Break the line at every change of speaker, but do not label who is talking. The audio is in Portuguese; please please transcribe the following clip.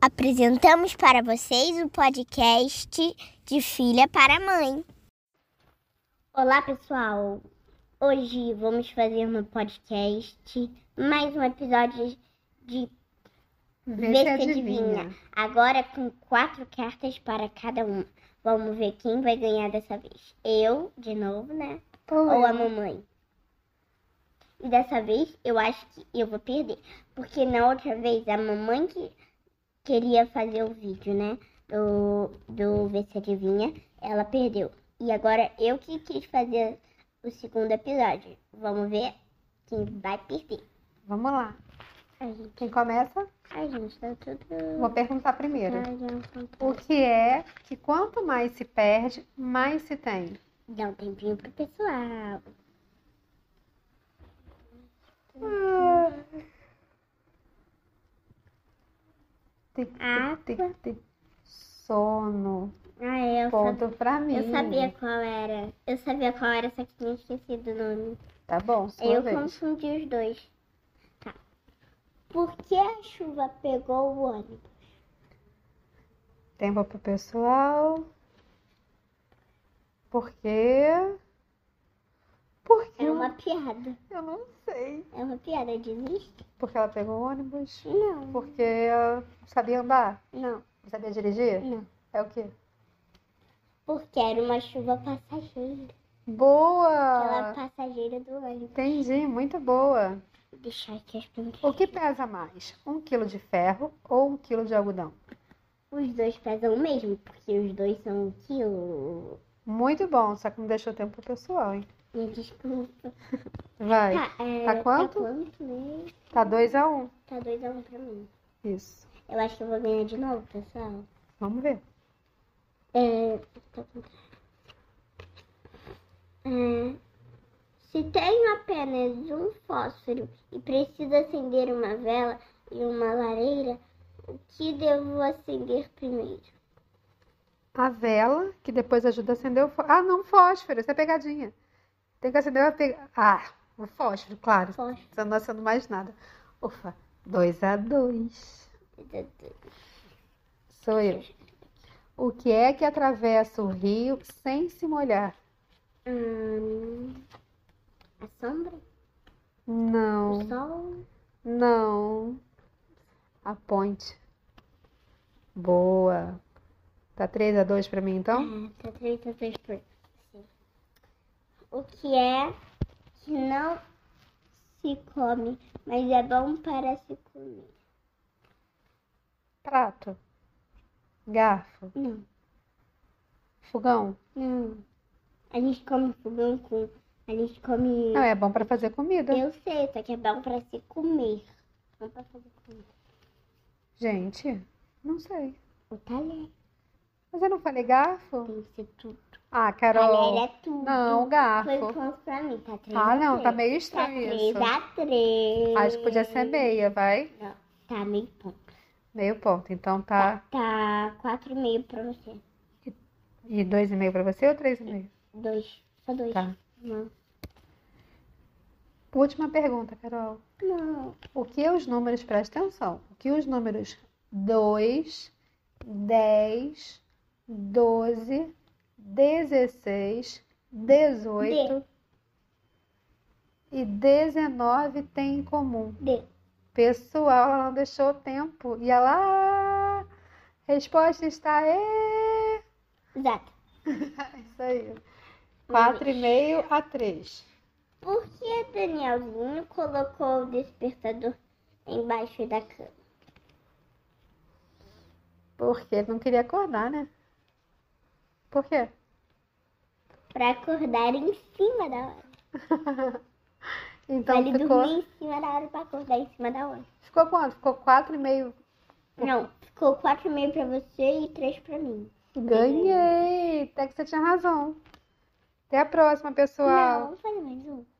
Apresentamos para vocês o podcast de Filha para Mãe. Olá, pessoal! Hoje vamos fazer um podcast, mais um episódio de Vê se adivinha. Agora com quatro cartas para cada um. Vamos ver quem vai ganhar dessa vez. Eu, de novo, né? Ou a mamãe. E dessa vez eu acho que eu vou perder. Porque na outra vez a mamãe que queria fazer o vídeo, né? Do, do Vê se adivinha, ela perdeu. E agora eu que quis fazer o segundo episódio. Vamos ver quem vai perder.
Vamos lá.
A gente,
Quem começa?
a gente tá tudo. um
Vou perguntar primeiro.
Hum.
O que é que quanto mais se perde, mais se tem?
Dá um tempinho pro pessoal.
Tic, tic,
Água.
tic, tic. Sono.
Ah, é, eu, sab-
Ponto pra mim.
eu sabia qual era. Eu sabia qual era, só que tinha esquecido o nome.
Tá bom, sua
eu
vez.
confundi os dois. Tá. Por que a chuva pegou o ônibus?
Tempo pro pessoal. Por quê? Por quê?
É uma piada.
Eu não sei.
É uma piada, desiste?
Porque ela pegou o ônibus?
Não,
Porque ela sabia andar?
não,
Sabia dirigir?
não.
É o quê?
Porque era uma chuva passageira. Aquela
Boa!
passageira do ônibus.
Entendi, muito boa.
Vou Deixar aqui as pintinhas.
O que pesa mais? Um quilo de ferro ou um quilo de algodão?
Os dois pesam o mesmo, porque os dois são um quilo.
Muito bom, só que não deixou tempo pro pessoal, hein?
Me desculpa.
Vai,
Tá, é,
Tá quanto?
Tá quanto mesmo?
tá dois a um.
Tá 2 a 1 um pra mim.
Isso.
Eu acho que eu vou ganhar de novo, pessoal.
Vamos ver.
É. Tá com- É, se tenho apenas um fósforo e preciso acender uma vela e uma lareira, o que devo acender primeiro?
A vela, que depois ajuda a acender o fósforo. Ah, não, fósforo, isso é pegadinha. Tem que acender a pega... Ah, o fósforo, claro.
Fósforo.
Você não acendo mais nada. Ufa, dois a dois. Sou eu. O que é que atravessa o rio sem se molhar?
Hum, a sombra?
Não.
O sol?
Não. A ponte. Boa. Tá 3 a 2 pra mim, então?
É, tá 30 vezes por sim. O que é que não se come, mas é bom para se comer?
Prato. Garfo.
Não,
Fogão.
não. A gente come fogão com. A gente come.
Não, é bom pra fazer comida.
Eu sei, só que é bom para se comer. Não para fazer comida.
Gente, não sei.
O talher
Mas eu não falei garfo?
tem que ser tudo.
Ah,
Talher
Carol.
é tudo.
Não,
Foi
garfo.
ponto pra mim, tá 3
Ah, não, tá
tá
meio
Tá
estranho
3
isso.
a 3.
Acho que podia ser meia, vai?
Não, tá meio ponto.
Meio ponto. Então tá.
Tá 4,5 pra você.
E dois e meio pra você ou três e meio?
Dois. Só dois.
Tá.
Não.
Última pergunta, Carol.
Não.
O que os números, presta atenção, o que os números 2, 10, 12, 16, 18 e 19 têm em comum?
D.
Pessoal, ela não deixou tempo. E ela. "Ah, Resposta está. É...
Exato.
Isso aí. 4,5 a 3.
Por que Danielzinho colocou o despertador embaixo da cama?
Porque ele não queria acordar, né? Por quê?
Pra acordar em cima da hora.
Então
Pra ele
ficou.
dormir em cima da hora pra acordar em cima da hora.
Ficou quanto? Ficou 4,5.
Não, ficou 4,5 pra você e 3 pra mim.
Ganhei! Até que você tinha razão. Até a próxima, pessoal.
Não, vamos fazer mais um.